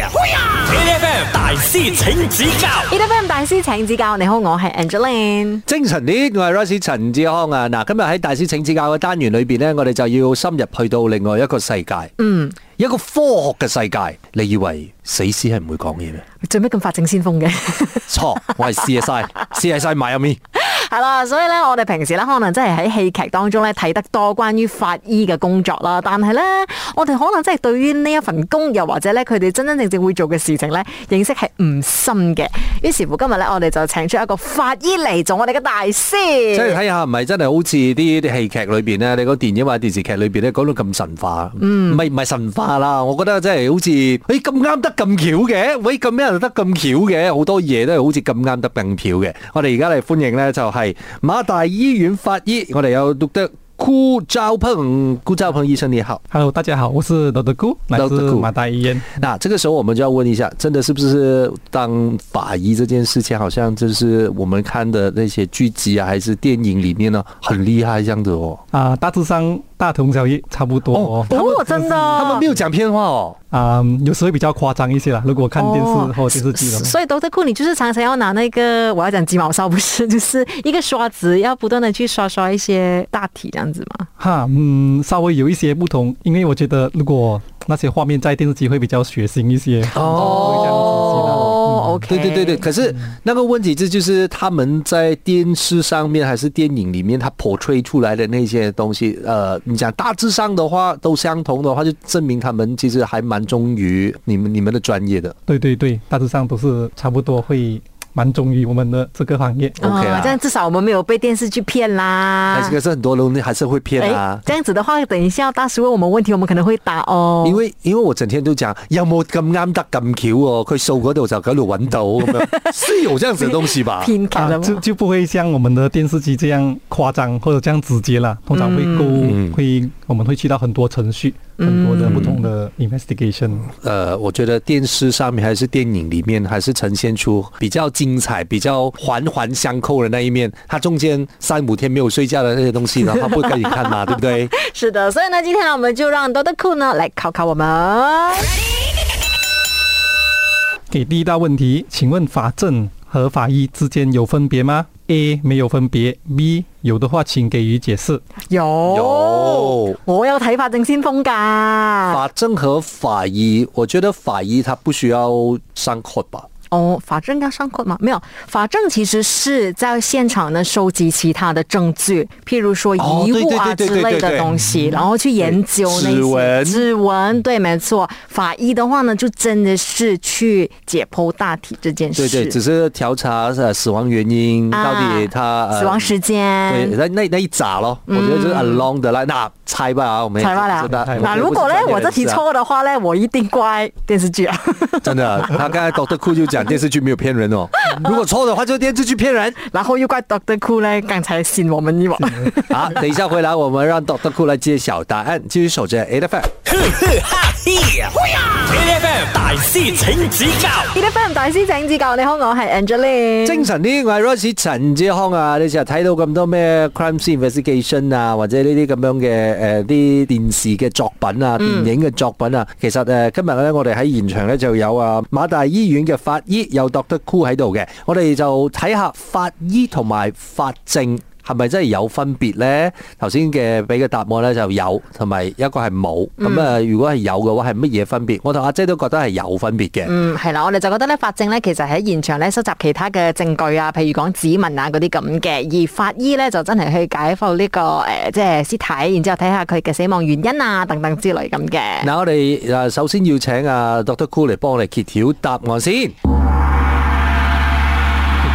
F 大师请指教，E F M 大師請指教。你好，我係 Angeline。精神啲，我係 Royce 陳志康啊！嗱，今日喺大師請指教嘅單元裏邊呢，我哋就要深入去到另外一個世界，嗯，一個科學嘅世界。你以為死屍係唔會講嘢咩？做咩咁法證先鋒 嘅？錯，我係 CSI，CSI Miami。係啦，所以咧，我哋平時咧，可能真係喺戲劇當中咧睇得多關於法醫嘅工作啦。但係咧，我哋可能真係對於呢一份工，又或者咧佢哋真真正正會做嘅事情咧，認識係唔深嘅。於是乎，今日咧，我哋就請出一個法醫嚟做我哋嘅大師。即係睇下，唔係真係好似啲啲戲劇裏邊咧，你個電影或者電視劇裏邊咧講到咁神化，唔係唔係神化啦。我覺得真係好似，誒咁啱得咁巧嘅，喂咁樣又得咁巧嘅，好多嘢都係好似咁啱得咁巧嘅。我哋而家嚟歡迎咧就係馬大醫院法醫，我哋有讀得。顧兆鵬，顧兆鵬醫生你好。 Hello，大家好，我是罗德姑，来 Dr. 自 Gu 马大医院。那这个时候我们就要问一下，真的是不是当法医这件事情，好像就是我们看的那些剧集啊，还是电影里面呢，很厉害这样子哦？啊、大致上大同小异，差不多哦哦。哦，真的，他们没有讲骗话哦。啊、有时候比较夸张一些啦。如果看电视哦或电视剧的话，所以 Doctor Cool，你就是常常要拿那个我要讲鸡毛扫，不是，就是一个刷子，要不断的去刷刷一些大体这样子嘛。哈，嗯，稍微有一些不同，因为我觉得如果那些画面在电视剧会比较血腥一些。哦哦，OK，嗯对对对对，可是那个问题，这就是他们在电视上面还是电影里面，他 portray 出来的那些东西，呃，你讲大致上的话都相同的话，就证明他们其实还蛮忠于你们你们的专业的。对对对，大致上都是差不多，会蛮忠于我们的这个行业。 OK 啦啊这样至少我们没有被电视剧骗啦但是。可是很多人还是会骗啊诶。这样子的话，等一下大师问我们问题，我们可能会答哦。因為因為我整天都講有冇咁啱得咁巧喎、佢掃嗰度就喺度揾到咁樣，是有這樣子的東西吧？偏开啊了，嘛。就就不会像我们的电视机这样夸张或者这样直接啦，通常会勾、嗯会我们会去到很多程序，很多的不同的 investigation。呃，我觉得电视上面还是电影里面，还是呈现出比较精彩、比较环环相扣的那一面。他中间三五天没有睡觉的那些东西呢，他不会给你看嘛，对 不对？ 是的，所以呢，今天呢，我们就让 Doctor Cool 呢来考考我们。给第一道问题，请问法证和法医之间有分别吗？A 没有分别，B 有的话请给予解释。有，有我有睇法證先鋒㗎。法政和法医，我觉得法医他不需要上课吧。哦，法证要上课吗？没有，法证其实是在现场呢收集其他的证据，譬如说哦遗物啊对对对之对类对的对东西，然后去研究那些指纹指纹，对，没错。法医的话呢，就真的是去解剖大体这件事，对对，只是调查呃死亡原因，啊到底他、呃、死亡时对，间。那那那一扎咯，我觉得就是 along 的啦。那嗯猜吧啊，我们也猜吧啦不知道猜吧那如果呢，我这题，啊错的话呢，我一定怪电视剧啊。我不是专业人士啊 真的，他刚才 Doctor Cool 就讲电视剧没有骗人哦。如果错的话，就是电视剧骗人然后又怪 Doctor Cool 呢，刚才信我 们一 网。好，等一下回来，我们让 Doctor Cool 来揭晓答案。继续守着 A F M。 ，A F M 大师请指教呢啲 friend 大師請指教，你好，我係 Angeline。精神啲，我係 Royce 陳志康啊！你成日睇到咁多咩 crime scene investigation 啊，或者呢啲咁樣嘅誒啲電視嘅作品啊、電影嘅作品啊，其實誒、呃今日咧，我哋喺現場咧就有啊馬大醫院嘅法醫有 Doctor Cool 喺度嘅，我哋就睇下法醫同埋法證。係咪真係有分別呢？頭先嘅俾嘅答案咧就有，同埋一個係冇。咁啊、如果係有嘅話，係乜嘢分別？我同阿姐都覺得係有分別嘅。嗯，係啦，我哋就覺得咧，法證咧其實喺現場咧收集其他嘅證據啊，譬如講指紋啊嗰啲咁嘅，而法醫咧就真係去解剖呢、個呃即係屍體，然之後睇下佢嘅死亡原因啊等等之類咁嘅。嗱，我哋誒首先要請阿 Doctor Cool 嚟幫我哋揭曉答案先。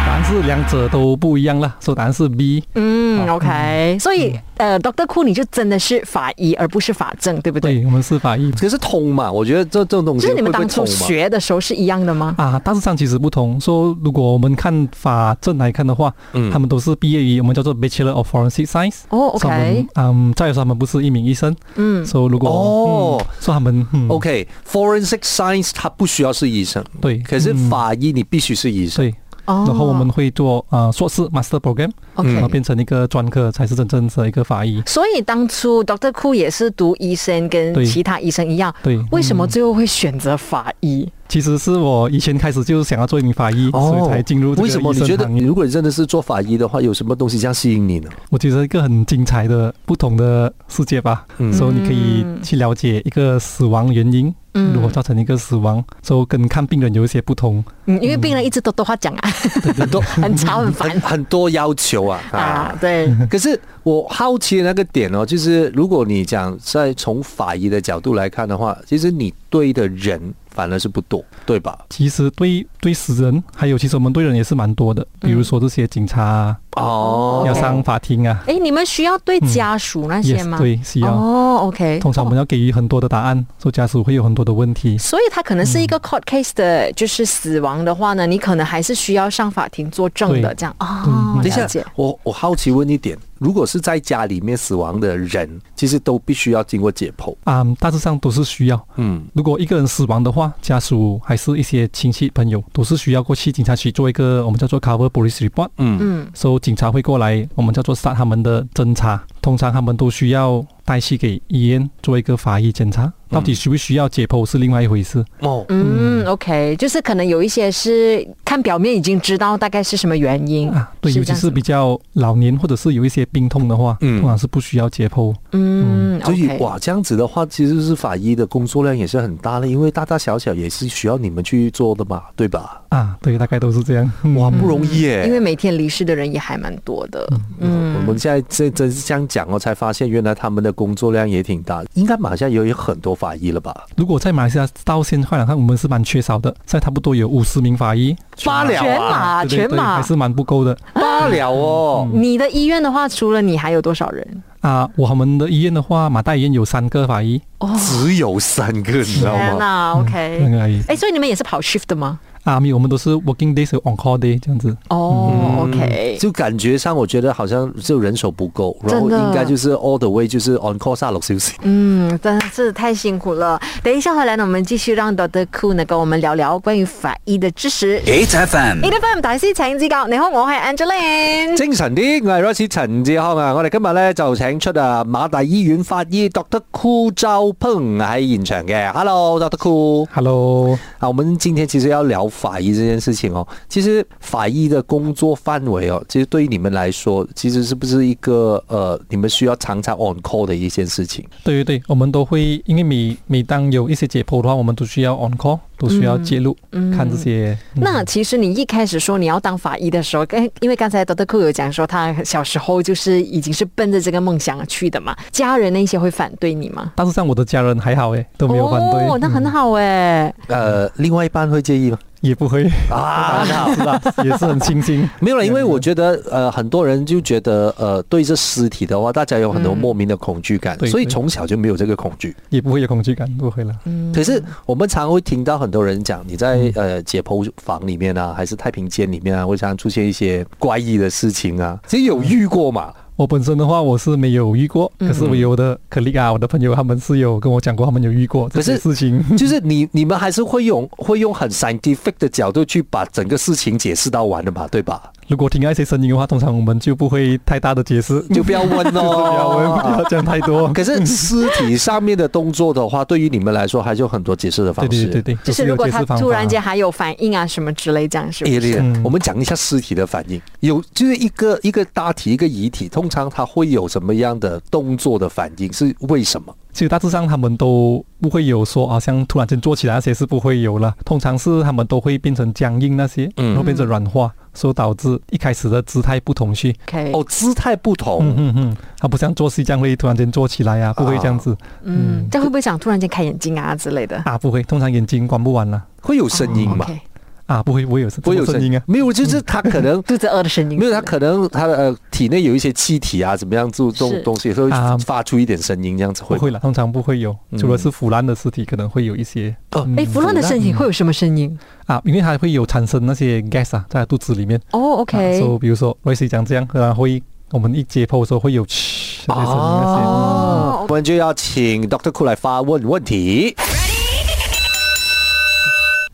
答案是两者都不一样啦，所以答案是 B。嗯，OK，所以呃，Doctor Cool 你就真的是法醫，而不是法證，對不對？对，我们是法医可是痛嘛，我覺得這這種東西就是你會們不會當初痛嘛？學的時候是一樣的嗎？啊。大致上其实不同，说如果我们看法证来看的话，嗯他们都是毕业于我们叫做 Bachelor of Forensic Science。哦所以我，OK，们嗯，再说他们不是一名医生，嗯，所以如果哦嗯说他们嗯 OK，forensic science 它不需要是醫生，对，可是嗯法醫你必須是醫生。对哦然后我们会做呃硕士 master program， OK 嗯然后变成一个专科，才是真正的一个法医。所以当初 Doctor Ku 也是读医生，跟对其他医生一样。对嗯为嗯什么最后会选择法医？其实是我以前开始就是想要做一名法医，所以才进入这个哦为什么医你生觉得嗯行业如果你真的是做法医的话，有什么东西这样吸引你呢？我觉得一个很精彩的不同的世界吧，嗯所以你可以去了解一个死亡原因，嗯如何造成一个死亡，所以跟看病人有一些不同。嗯，因为病人一直都都话讲啊，很 多很吵很烦很很多要求 啊啊啊！，对，可是我好奇的那个点哦，就是如果你讲在从法医的角度来看的话，其实你对的人反而是不多，对吧？其实对对死人，还有其实我们对人也是蛮多的，比如说这些警察、啊哦，要上法庭啊，哎，你们需要对家属那些嗯 Yes，吗？对，需要。哦，OK，通常我们要给予很多的答案，所以家属会有很多的问题。所以它可能是一个 court case 的，就是死亡的话呢，你可能还是需要上法庭作证的，对这样哦，嗯等一了下解。，我我好奇问一点，如果是在家里面死亡的人，其实都必须要经过解剖。啊、大致上都是需要。嗯，如果一个人死亡的话，家属还是一些亲戚朋友都是需要过去警察局做一个我们叫做 cover police report。嗯嗯，所以警察会过来，我们叫做 start 他们的侦查。通常他们都需要带去给医院做一个法医检查，到底需不需要解剖是另外一回事。哦，嗯，OK，就是可能有一些是看表面已经知道大概是什么原因啊，对，尤这其样子是吗比较老年或者是有一些病痛的话，嗯通常是不需要解剖。嗯所以，OK，哇，这样子的话，其实是法医的工作量也是很大的，因为大大小小也是需要你们去做的嘛，对吧？啊，对，大概都是这样。嗯哇，不容易耶！嗯因为嗯每天离世的人也还蛮多的，我们现在这真是这样讲哦，才发现原来他们的工作量也挺大，应该马来西亚也有很多法医了吧？如果在马来西亚到现在来看，我们是蛮缺少的，现在差不多有五十名法医，八了全啊，马对对全对马还。是蛮不够的八了哦，你的医院的话，除了你还有多少人？啊。我们的医院的话，马代医院有三个法医，只有三个，你知道天哪吗？嗯那，OK，个而已哎，所以你们也是跑 shift 的吗？啊，没有，我们都是 working days 有 on call day 这样子。嗯哦，OK，就感觉上，我觉得好像就人手不够，然后真的应该就是 all the way 就是 on call 下六小时。嗯，真是太辛苦了。等一下回来呢，我们继续让 Doctor Cool 呢跟我们聊聊关于法医的知识。 ，8FM 嗯 e d FM 大師請指教，你好，我係 Angeline。精神啲，我係 Rosie 陳志康啊！我哋今日咧就請出啊馬大醫院法醫 Dr. Cool 周鵬喺現場嘅。Hello，Dr. Cool。 Hello，啊，我们今天其实要聊法医这件事情哦。其实法医的工作范围哦，其实对于你们来说，其实是不是一个呃，你们需要常常 on call 的一件事情？对对对，我们都会，因为每每当有一些解剖的话，我们都需要 on call，都需要介入、看这些。嗯嗯那其实你一開始說你要當法醫的時候，跟因為剛才 Doctor Cool 有講說，他小時候就是已經是奔着這個夢想去的嘛。家人那些會反對你嗎？大致上我的家人还好诶，都没有反对，哦，那很嗯好哎、呃，另外一半会介意吗？也不 会，啊，那好是吧？也是很清新。没有了，因为我觉得呃，很多人就觉得呃，对这尸体的话，大家有很多莫名的恐惧感，对所以对从小就没有这个恐惧。也不会有恐惧感，不会了。嗯可是我们常会听到很多人讲，你在呃解剖房里面啊，还是太平间里面啊，会常常出现一些怪异的事情嗯啊，其实有遇过嘛？我本身的话，我是没有遇过，嗯可是我有的 c o 啊，我的朋友他们是有跟我讲过，他们有遇过这些可是事情。就是你你们还是会用会用很 scientific 的角度去把整个事情解释到完的嘛，对吧？如果听到一些声音的话，通常我们就不会太大的解释，就不要问要我嗯 们不哦。要讲太 多。可是尸体上面的动作的话，对于你们来说还是有很多解释的方对式。对对对，就是有如果解释他方法突然间还有反應啊什么之类，這樣是不诶是？丽嗯我们讲一下尸体的反应，有就是一个一个大体一个遗体，通常它会有什么样的动作的反应？是为什么？其实大致上他们都不会有说，好像突然间坐起来那些是不会有了。通常是他们都会变成僵硬那些，嗯然后变成软化，所以导致一开始的姿态不同去。 OK，哦，姿态不嗯同，嗯嗯，他不像做戏这样会突然间坐起啊来呀、啊不会这样子嗯，这样会不会想突然間開眼睛啊之類的？啊，不会。通常眼睛关不完了会有声音嘛？ OK，啊，不会，不会有什会有什么声音啊。没有，就是它可能肚子餓的聲音没有，之他類的可能他的呃体内有一些气体啊，怎么样做这是种东西，所以啊发出一点声音，这样子不会。嗯会了，通常不会有，除了是腐烂的尸体，可能会有一些嗯哦哎，腐烂的身体会有什么声音？啊，因为它会有产生那些 gas 啊，在肚子里面。哦啊， ，OK，所以比如说 r o y 讲这样，然后会我们一解剖的时候会有嘘的声音啊那些。嗯哦，我们就要请 Doctor Cool 来发问问题。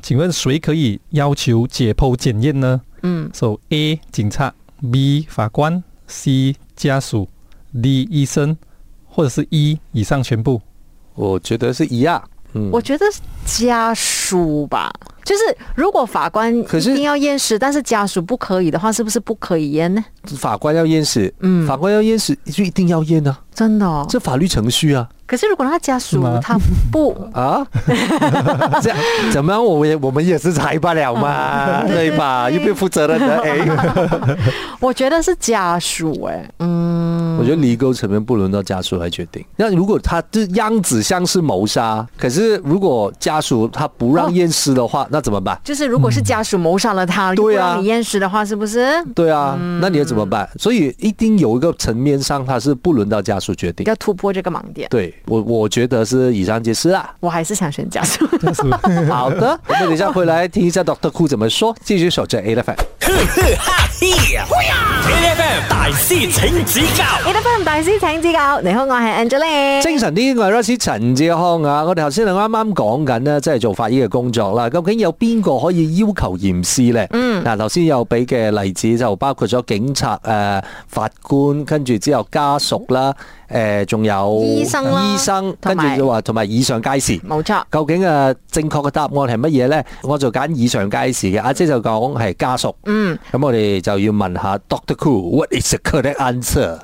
请问谁可以要求解剖检验呢？嗯， So A 警察，B 法官，C 家属，D 医生，或者是一、以上全部。我觉得是一样。嗯，我觉得是家属吧，就是如果法官一可是定要验尸，但是家属不可以的话，是不是不可以验呢？法官要验死，嗯法官要验死就一定要验啊，真的、哦，这法律程序啊可是如果他家属是吗他不， 啊， 这样怎么样？我也我们也是裁不了 嘛，对吧？又不负责任 的，哎，我觉得是家属哎、嗯，我觉得离沟层面不轮到家属来决定。那如果他这样子像是谋杀，可是如果家属他不让验尸的话，那怎么办？就是如果是家属谋杀了他，如果对啊让你验尸的话，是不是 对啊，那你要怎么办？所以一定有一个层面上，他是不轮到家属决定。要突破这个盲点？对我，我觉得是以上皆是 啦。我还是想选家属。家属好的，我们等一下回来听一下 Doctor Cool 怎么说。继续守着 A F M。哈嘿呀！A F M 大师请指教你得分大師請指教，你好，我係 Angeline。精神啲，我係 Rosie 陳志康啊！我哋頭先係啱啱講緊呢，即係做法醫嘅工作啦。究竟有邊個可以要求驗屍呢？嗯，嗱，頭先有俾嘅例子就包括咗警察、誒、法官，跟住之後家屬啦，誒、呃仲有醫生啦醫生，同跟埋住就話同埋以上皆是。冇錯，究竟誒正確嘅答案係乜嘢呢？我就揀以上皆是嘅，阿姐就講係家屬。嗯，咁我哋就要問下 Doctor Cool，what is the correct answer？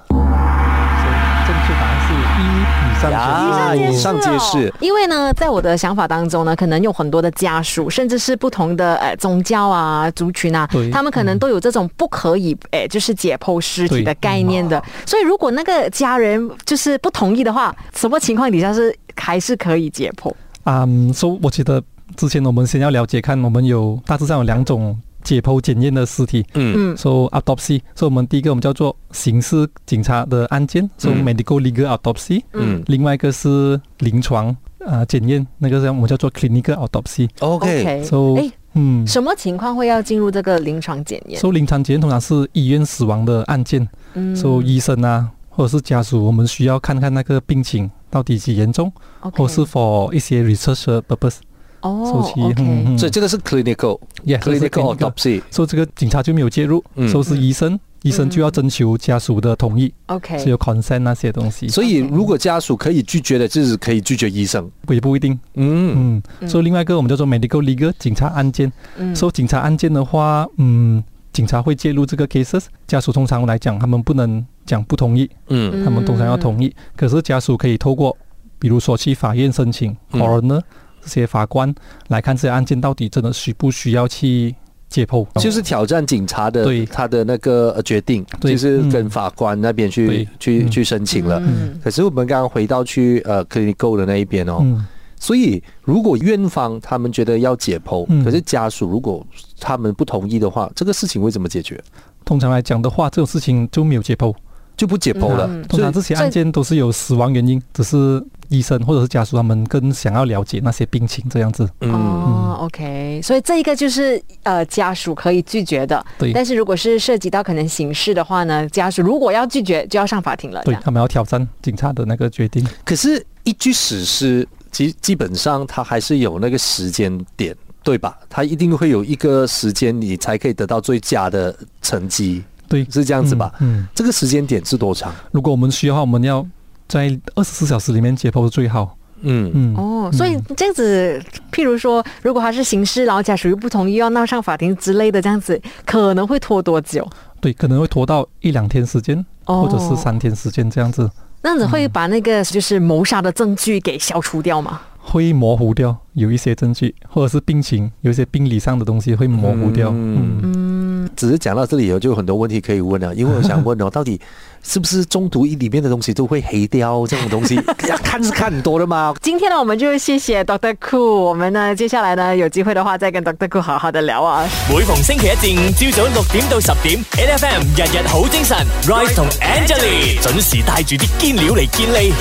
正确答案是一、以上全部。呀以上皆是。因为呢，在我的想法当中呢，可能有很多的家属，甚至是不同的呃宗教啊、族群啊对，他们可能都有这种不可以呃，就是解剖尸体的对概念的。所以，如果那个家人就是不同意的话，什么情况底下是还是可以解剖？嗯，所以我觉得之前我们先要了解看，我们有大致上有两种解剖检验的尸体。嗯嗯， So autopsy，所、以我们第一个我们叫做刑事警察的案件，so、嗯 medical legal autopsy，嗯另外一个是临床啊、呃检验，那个是我们叫做 clinical autopsy。 ，OK， OK， So，哎嗯，什么情况会要进入这个临床检验？所以临床检验通常是医院死亡的案件，嗯所、以医生啊或者是家属，我们需要看看那个病情到底几严重， OK 哦或是 for 一些 research 的 purpose，哦所以，OK，所以这个是 clinical。嗯 yeah，这是 clinical clinical autopsy。所以这个警察就没有介入嗯，所以是医生，医生就要征求家属的同意， OK，是有 consent 那些东西，所以，如果家属可以拒绝的，就是可以拒绝医生。也不一定。嗯，嗯，所以另外一个我们叫做 medical legal 警察案件，嗯所以警察案件的话，嗯，警察会介入这个 cases，家属通常来讲，他们不能讲不同意，嗯他们通常要同意。可是家属可以透过，比如说去法院申请嗯 coroner、这些法官来看这些案件到底真的需不需要去解剖。就是挑战警察的对他的那个呃决定，对就是跟法官那边去对去嗯去申请了。嗯可是我们刚刚回到去呃 clinical 的那一边哦，嗯，所以如果院方他们觉得要解剖，嗯可是家属如果他们不同意的话，这个事情会怎么解决？通常来讲的话，这种事情就没有解剖。就不解剖了嗯。通所以常这些所以案件都是有死亡原因，只是医生或者是家属他们更想要了解那些病情这样子。嗯，哦，OK，所以这一个就是呃家属可以拒绝的，对但是如果是涉及到可能刑事的话呢，家属如果要拒绝，就要上法庭了。对他们要挑战警察的那个决定。可是，一具死尸，基基本上它还是有那个时间点，对吧？它一定会有一个时间，你才可以得到最佳的成绩，对，是这样子吧？嗯，嗯这个时间点是多长？如果我们需要的话，我们要在二十四小时里面解剖是最好。嗯，嗯，哦，所以这样子，譬如说，如果他是刑事，然后家属又不同意，要闹上法庭之类的，这样子可能会拖多久？对，可能会拖到一两天时间，哦或者是三天时间这样子，那样子会把那个就是谋杀的证据给消除掉吗？会模糊掉有一些证据，或者是病情，有一些病理上的东西会模糊掉。嗯嗯，只是讲到这里，我就有很多问题可以问了，因为我想问哦，到底是不是中途里面的东西都会黑掉这种东西？要看是看很多的嘛。今天呢，我们就谢谢 Doctor Cool，我们呢接下来呢有机会的话再跟 Doctor Cool 好好的聊啊。每逢星期一至五朝早六點到十點，A F M 日日好精神，Rise 同 Angelie 準時帶住啲堅料嚟健利。